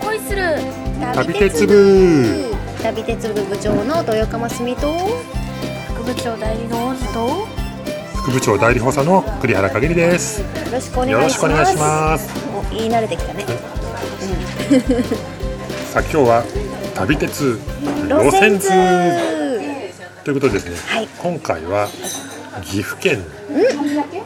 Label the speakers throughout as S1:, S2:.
S1: 恋する
S2: 旅鉄部
S3: 旅鉄部部長の豊川澄と
S1: 副部長代理の恩と
S2: 副部長代理補佐の栗原かげりです
S3: よろしくお
S2: よ
S3: 願
S2: ろ
S3: い
S2: し
S3: し
S2: くお願
S3: ま
S2: い
S3: す
S2: します
S3: もう言い慣れてきたね
S2: さあ今日は旅鉄路
S3: 路線
S2: 線図
S3: 図
S2: ということでですね、
S3: はい
S2: 今回は岐阜県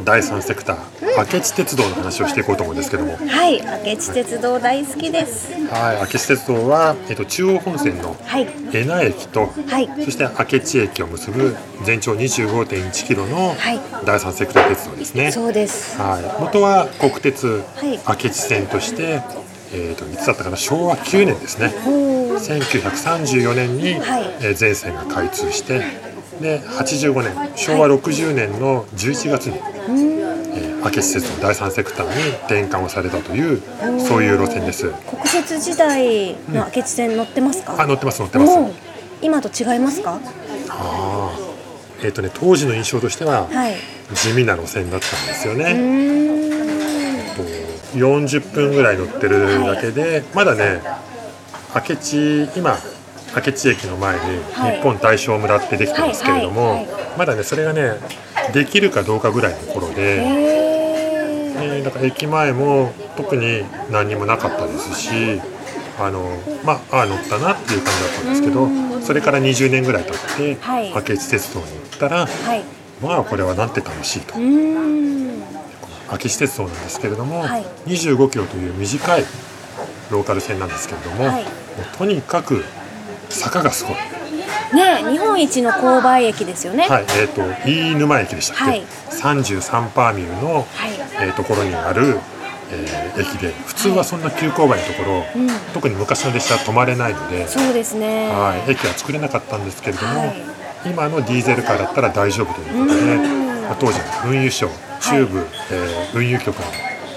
S2: 第三セクター明智鉄道の話をしていこうと思うんですけども、
S3: はい明智鉄道大好きです
S2: はい明智鉄道は、えっと、中央本線の
S3: はい
S2: 恵那駅と
S3: はい
S2: そして明智駅を結ぶ全長25.1キロの
S3: はい
S2: 第三セクター鉄道ですね。
S3: そうです
S2: はい、元は国鉄
S3: い
S2: 明智線として、えー、といつだったかな昭和9年ですね
S3: おー
S2: 1934年に、
S3: はい
S2: えー全線が開通してで85年昭和60年の11月に、えー明智鉄道第三セクターに転換をされたというそういう路線です。
S3: 国鉄時代の明智線乗ってます
S2: あ
S3: か
S2: 乗ってます乗ってます。
S3: もう今と違いますか
S2: あーえっ、とね当時の印象としては、
S3: はい
S2: 地味な路線だったんですよね。
S3: うーん
S2: えっと40分ぐらい乗ってるだけで、まだね明智今明智駅の前に
S3: はい
S2: 日本大正村ってできてますけれども、
S3: はいはいは
S2: まだねそれがねできるかどうかぐらいの頃で、
S3: へー
S2: でだから駅前も特に何にもなかったですしあのまあああ乗ったなっていう感じだったんですけどそれから20年ぐらい経って、
S3: はい
S2: 明智鉄道に行ったら
S3: はい
S2: まあこれはなんて楽しいと
S3: うーん
S2: 秋智鉄道なんですけれども、
S3: はい
S2: 25キロという短いローカル線なんですけれども、
S3: はい
S2: もうとにかく坂がすごい、
S3: ねえ日本一の勾配駅ですよね
S2: はいえー、と飯沼駅でしたっけ、
S3: はい
S2: 33パーミルの、えーところにある、えー駅で普通はそんな急勾配のところ、
S3: ん
S2: 特に昔の列車は止まれないので、
S3: そうですね
S2: はい、駅は作れなかったんですけれども、
S3: はい
S2: 今のディーゼルカーだったら大丈夫ということで、まあ当時の運輸省中部、えー運輸局の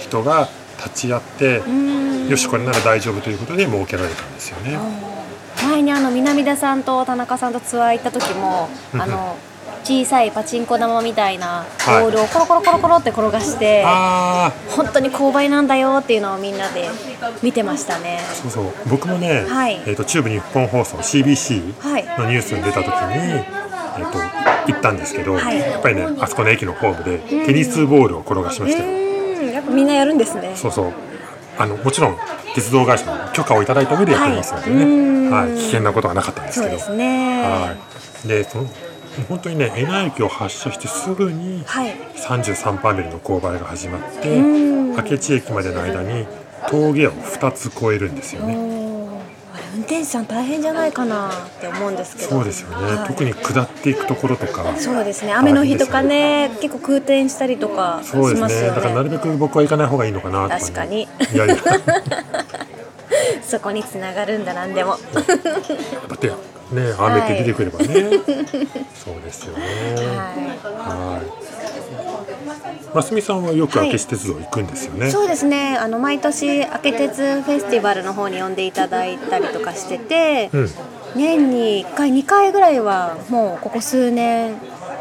S2: 人が立ち会って、
S3: ん
S2: よしこれなら大丈夫ということで設けられたんですよね。
S3: 前にあの南田さんと田中さんとツアー行った時もあの小さいパチンコ玉みたいなボールをコロコロコロコロって転がして、
S2: あ
S3: 本当に勾配なんだよっていうのをみんなで見てましたね
S2: ーそうそう僕もね、
S3: はい
S2: えー、と中部日本放送 CBC
S3: はい
S2: のニュースに出た時に、えー、と行ったんですけど、
S3: はい
S2: やっぱりねあそこの駅のホームでテニスボールを転がしま
S3: う
S2: したよ。
S3: ーんやっぱみんなやるんですね
S2: そうそう。あのもちろん鉄道会社の許可をいただいた上でやっておりますので
S3: はいう
S2: ね。
S3: ん
S2: はい。危険なことはなかったんです
S3: そう
S2: けど。
S3: ですね
S2: はい。でその本当にねエナ駅を発車してすぐに
S3: はい
S2: 33パーベルの勾配が始まって、
S3: ん
S2: 明智駅までの間に峠を2つ越えるんですよ
S3: お
S2: ね。
S3: ーあれ運転手さん大変じゃないかなって思うんですけど
S2: そうですよね、
S3: はい
S2: 特に下っていくところとか。
S3: そうですね雨の日とかね結構空転したりとかし
S2: そうです
S3: ま
S2: ね
S3: すよ
S2: だからなる
S3: ね
S2: べく僕は行かない方がいいのかなと
S3: 確かに
S2: いやいやだ
S3: そこに繋がるんだなんでも
S2: ってね雨って出てくればね、 そうですよね、
S3: はい
S2: はい。ますみさんはよく明石鉄道行くんですよね。
S3: そうですねあの毎年明け鉄フェスティバルの方に呼んでいただいたりとかしてて、
S2: うん
S3: 年に1回2回ぐらいはもうここ数年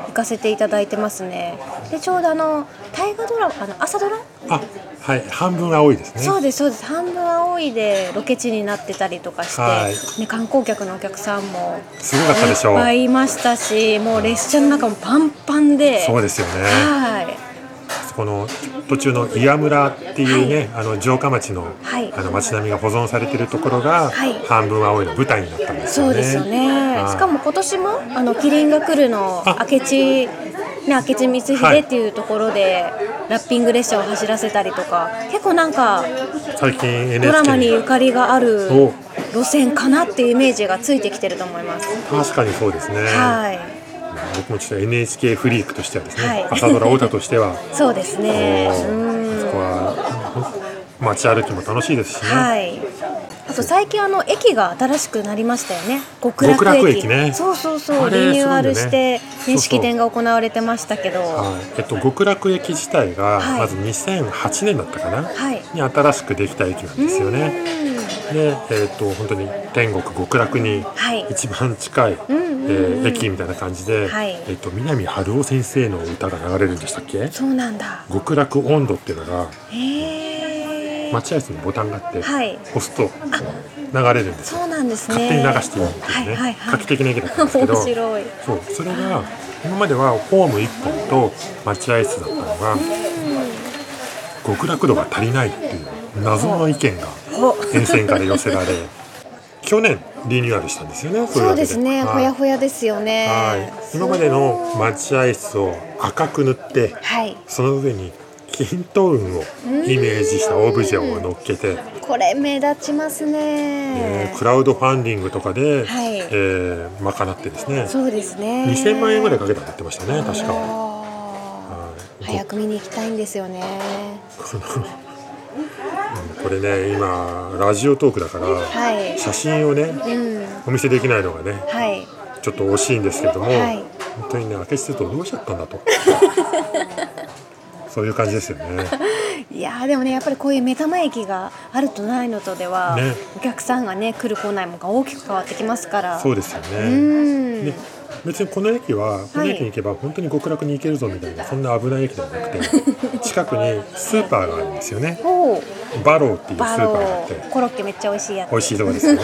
S3: 行かせていただいてますねでちょうどあの大河ドラマあの朝ドラ、
S2: あ、はい、半分青いですね。
S3: そうですそうです半分青いでロケ地になってたりとかして、
S2: はい
S3: ね、観光客のお客さんも
S2: すごかったでしょ
S3: いうっ。ぱいいましたしもう列車の中もパンパンで
S2: そうですよね。
S3: はい
S2: そこの途中の岩村っていうね、あの城下町の、
S3: はい
S2: あの町並みが保存されてるところが、
S3: はい
S2: 半分青いの舞台になったんですよ
S3: そ
S2: ね。
S3: うですよね。
S2: はい
S3: しかも今年もあのキリンが来るの
S2: あ
S3: 明智ね明智光
S2: はい
S3: 秀っていうところで、ラッピング列車を走らせたりとか、結構なんか
S2: 最近 NHK
S3: ドラマにゆかりがある
S2: お
S3: 路線かなっていうイメージがついてきてると思います。
S2: 確かにそうですね。
S3: はい、
S2: 僕もちょっと NHK フリークとしてはですね、
S3: はい
S2: 朝ドラオタとしては。
S3: そうですね。
S2: あそこ
S3: うん。
S2: は街歩きも楽しいですしね。
S3: はい。あと最近あの駅が新しくなりましたよね。極
S2: 楽
S3: 楽駅。
S2: 駅ね
S3: そうそうそ
S2: あ
S3: う。
S2: れ
S3: リニューアル
S2: すごいん
S3: し
S2: だよね
S3: て、
S2: そうそう
S3: ね、式典が行われてましたけど。
S2: はいえっと、極楽駅自体
S3: は
S2: が
S3: い
S2: まず2008年だったかな、
S3: はい
S2: に新しくできた駅なんですよね。
S3: うん
S2: で、えっと本当に天国極楽に
S3: はい
S2: 一番近い、
S3: んうんうん
S2: えー駅みたいな感じで、
S3: はい
S2: えっと、南春夫先生の歌が流れるんでしたっけ
S3: そうなんだ。
S2: 極楽温度っていうのが
S3: へ
S2: 待合室にボタンがあって、
S3: はい
S2: 押すと流れるんですよ
S3: そうなんですね
S2: 勝手に流していいってい
S3: は
S2: うね、
S3: いはいはい
S2: 画期的な駅だったんですけど
S3: 面白い
S2: そうそれが今まではホーム1本と待合室だったのが極楽度が足りないっていう謎の意見が沿線から寄 せられ去年リニューアルしたんですよねそ
S3: そうですね
S2: は
S3: ほ
S2: い
S3: やほやですよね
S2: はい、今までの待合室を赤く塗って
S3: はい
S2: その上に均等運をイメージしたオブジェを乗っけて、
S3: これ目立ちます
S2: え
S3: ね
S2: ークラウドファンディングとかで、
S3: はい
S2: えー賄ってですね
S3: そうですね
S2: 2000万円ぐらい
S3: か
S2: かけたって言ってましたね確か、は
S3: はい
S2: い
S3: 早く見に行きたいんですよね
S2: これね今ラジオトークだから、
S3: はい
S2: 写真をね、
S3: うん
S2: お見せできないのがね
S3: はい
S2: ちょっと惜しいんですけども、
S3: はい
S2: 本当にね明智瀬戸どうしちゃったん だとそういう感じですよね
S3: いやーでもねやっぱりこういう目玉駅があるとないのとでは、
S2: ね
S3: お客さんがね来る来ないもが大きく変わってきますから
S2: そう
S3: で
S2: ですよ
S3: う
S2: ね
S3: ん
S2: で別にこの駅はこの駅に行けば本当に極楽に行けるぞみたいなそんな危ない駅ではなくて近くにスーパーがあるんですよね
S3: おう
S2: バローっていうスー
S3: バ
S2: パー
S3: ロ
S2: があって
S3: ーコロッケめっちゃ美味しいやつ
S2: 美味しいとこですよね。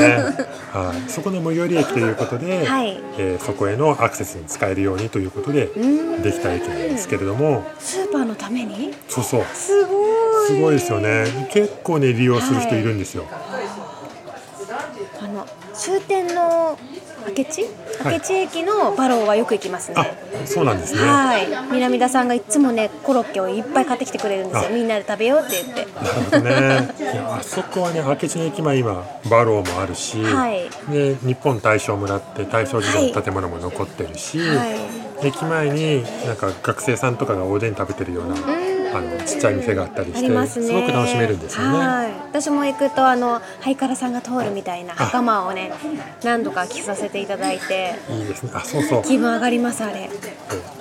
S2: はい、そこの最寄り駅ということで、
S3: はい
S2: えーそこへのアクセスに使えるようにということで
S3: ーん
S2: できた駅なんですけれども、
S3: スーパーのために
S2: そうそう、
S3: すごい
S2: すごいですよね。結構ね利用する人いるんですよ。
S3: あの終点の明智
S2: はい
S3: 明智駅のバローはよく行きますね、
S2: あ、そうなんですね。
S3: はい南田さんがいつもねコロッケをいっぱい買ってきてくれるんですよ
S2: あ
S3: みんなで食べようって言って
S2: なるほどね。いやあそこはね明智の駅前今バローもあるし、
S3: はい
S2: で日本大正村って大正時代の建物も残ってるし、
S3: は
S2: 駅前になんか学生さんとかがおでん食べてるようなあのちっちゃい店があったり
S3: あ
S2: し
S3: り
S2: て
S3: ます
S2: す
S3: ね
S2: ごく楽しめるんですよね。
S3: はい私も行くとあのハイカラさんが通るみたいな袴をね何度か着させていただいて
S2: いいですね。あ、そうそう。
S3: 気分上がりますあれ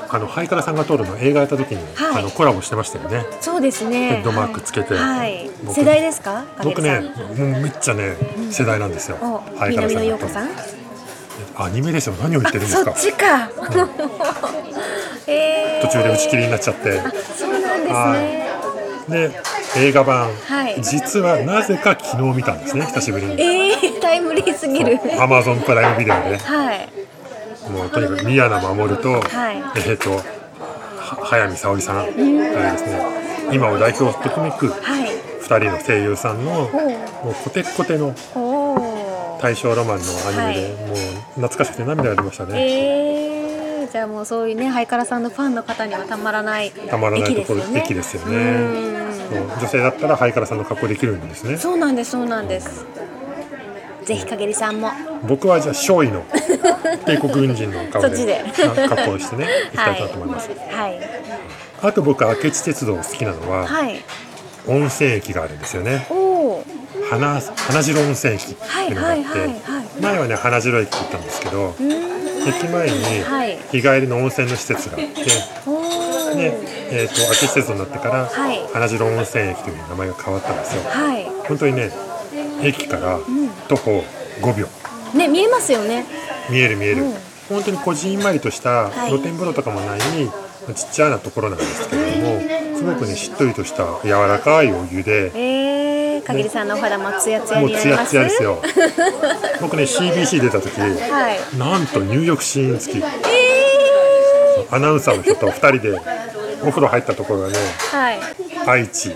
S2: あのハイカラさんが通るの映画やった時に、
S3: はい
S2: あのコラボしてましたよね。
S3: そうですね
S2: ヘッドマークつけて
S3: はい
S2: 僕
S3: 世代ですか
S2: 僕
S3: 影
S2: ね、
S3: さん
S2: もうめっちゃね、世代なんですよ。
S3: お
S2: ハイカラ
S3: 南野
S2: さん
S3: 陽
S2: が
S3: 子さん
S2: アニメでしょ。何を言ってるんです
S3: そ
S2: か
S3: っ。ちか えー
S2: 途中で打ち切りになっちゃって、
S3: そうなんですね
S2: で映画版、
S3: はい
S2: 実はなぜか昨日見たんですね。久しぶりに。
S3: えー、タイムリーすぎる
S2: アマゾンプライムビデオで、
S3: はい
S2: もうとにかく宮野真守と、
S3: はい
S2: えっ、とは早見沙織さん、あれですね。今を代表ときめく
S3: はい
S2: 二人の声優さんの、
S3: おう
S2: もうコテッコテの
S3: おー
S2: 大正ロマンのアニメで、もう懐かしくて涙が出ましたね。
S3: えー、じゃあもうそういうねハイカラさんのファンの方にはたまらない
S2: たまらないところ
S3: 駅
S2: 駅
S3: で
S2: ですす
S3: よ
S2: よ
S3: ね
S2: ね。
S3: うん
S2: そう女性だったらハイカラさんの格好できるんですね。
S3: そうなんですそうなんですぜひかげりさんも
S2: 僕はじゃあ少尉の 帝国軍人の
S3: そ
S2: 顔
S3: っち
S2: で
S3: で
S2: な格好 をしてね行きたいなと思います。
S3: はい
S2: あと僕明智鉄道好きなのは、
S3: はい、はい、
S2: 温泉駅があるんですよね。
S3: おー
S2: 花花城温泉駅っていうのがあって、
S3: はいはいはいはい
S2: 前はね花城駅って言ったんですけど、
S3: うーん
S2: 駅前
S3: はい
S2: に日帰りの温泉の施設があって。
S3: おー
S2: で、えー、と秋施設になってから、
S3: はい
S2: 花城温泉駅という名前が変わったんですよ
S3: は
S2: 本当にね駅から徒歩5秒、
S3: いね見えますよね
S2: 見える見える、
S3: うん
S2: 本当にこじんまりとした
S3: はい
S2: 露天風呂とかもない、ちっちゃなところなんですけれどもすごくねしっとりとした柔らかいお湯で
S3: えー、かげりさんのお肌もツヤツヤ
S2: もう
S3: にな
S2: ツ
S3: り
S2: ヤ
S3: ます
S2: ツヤですよ僕ね CBC 出た時
S3: はい
S2: なんと入浴シーン付き
S3: え
S2: アナウンサーの人と2人でお風呂入ったところがね
S3: ー、はい
S2: 愛知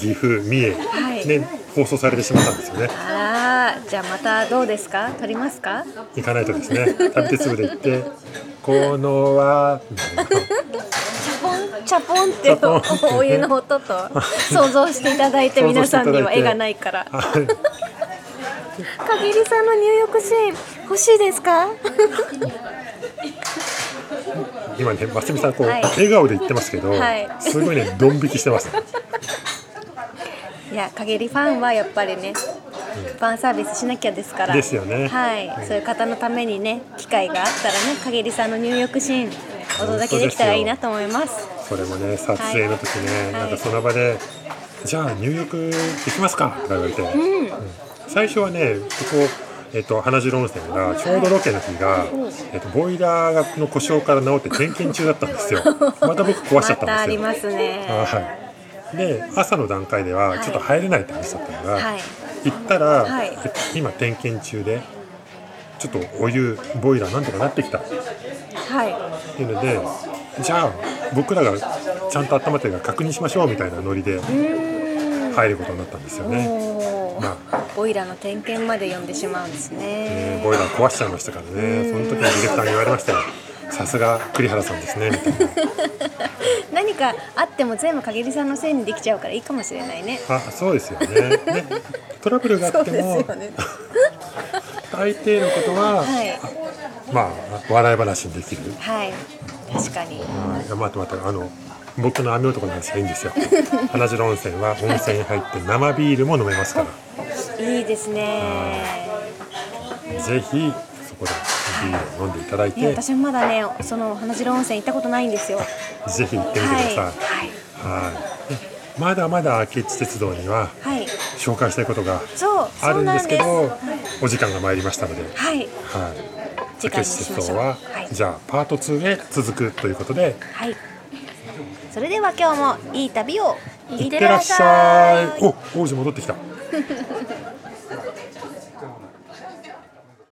S2: 岐阜三重、
S3: はい
S2: で放送されてしまったんですよね
S3: あらじゃあまたどうですか撮りますか
S2: 行かないとですね旅鉄部で行ってこのは
S3: チャポンチャポンって
S2: ャポンってね
S3: お湯の音と 想像していただいて
S2: 想像
S3: 皆
S2: してい
S3: さ
S2: ただいて
S3: んには絵がないからか
S2: あ
S3: ぎりさんの入浴シーン欲しいですか
S2: 今ねますみさんこう、
S3: はい
S2: 笑顔で言ってますけど、
S3: はい
S2: すごいねドン引きしてますね
S3: いやかぎりファンはやっぱりねファンサービスしなきゃですから
S2: ですよね
S3: はい、そういう方のためにね機会があったらねかぎりさんの入浴シーンお届けできたらいいなと思います
S2: それもね撮影の時ね、
S3: い
S2: なんかその場でじゃあ入浴できますかとか言われて、うん最初はねここえっと、花城温泉がちょうどロケの日が、えっと、ボイラーの故障から治って点検中だったんですよまた僕壊しちゃ
S3: ま
S2: ったんですよ
S3: たありますね
S2: はい。で朝の段階ではちょっと入れないって話だったから、
S3: はい
S2: 行ったら、
S3: はい
S2: えっと今点検中でちょっとお湯ボイラーなんとかなってきたっ
S3: は
S2: ていうのでじゃあ僕らがちゃんと温まってるから確認しましょうみたいなノリで入ることになったんですよ
S3: い
S2: ね。
S3: お
S2: ま
S3: ーボイラーの点検まで読んでしまうんです
S2: え
S3: ね
S2: ーボイラー壊しちゃいましたからねその時にディレクターに言われましたよさすが栗原さんですねみたいな
S3: 何かあっても全部影りさんのせいにできちゃうからいいかもしれないね
S2: あそうですよねねトラブルが あっても、大抵のことは、
S3: はい
S2: まあ笑い話にできる
S3: はい確かに
S2: はいや待って待ってあの僕の雨男の話はいいんですよ花城温泉は温泉に入って生ビールも飲めますか
S3: いいですね
S2: らぜひそこでビールを飲んでいただい
S3: ね
S2: て
S3: 私もまだねその花城温泉行ったことないんですよは
S2: ぜひ行って
S3: い
S2: みてください、
S3: はい
S2: はいでまだまだ明智鉄道には
S3: はい
S2: 紹介したいことが
S3: そう
S2: あ
S3: そ
S2: る
S3: うんな
S2: で
S3: ん
S2: すけ
S3: です
S2: ど
S3: はい
S2: お時間が参りましたので、
S3: はい
S2: はい、
S3: 次
S2: 明
S3: 回
S2: 智
S3: にしま
S2: 鉄
S3: しょ
S2: 道
S3: う
S2: は、
S3: はい
S2: じゃあパート2へ続くということで
S3: はいそれでは今日もいい旅を
S2: いってらっしゃいお王子戻ってきた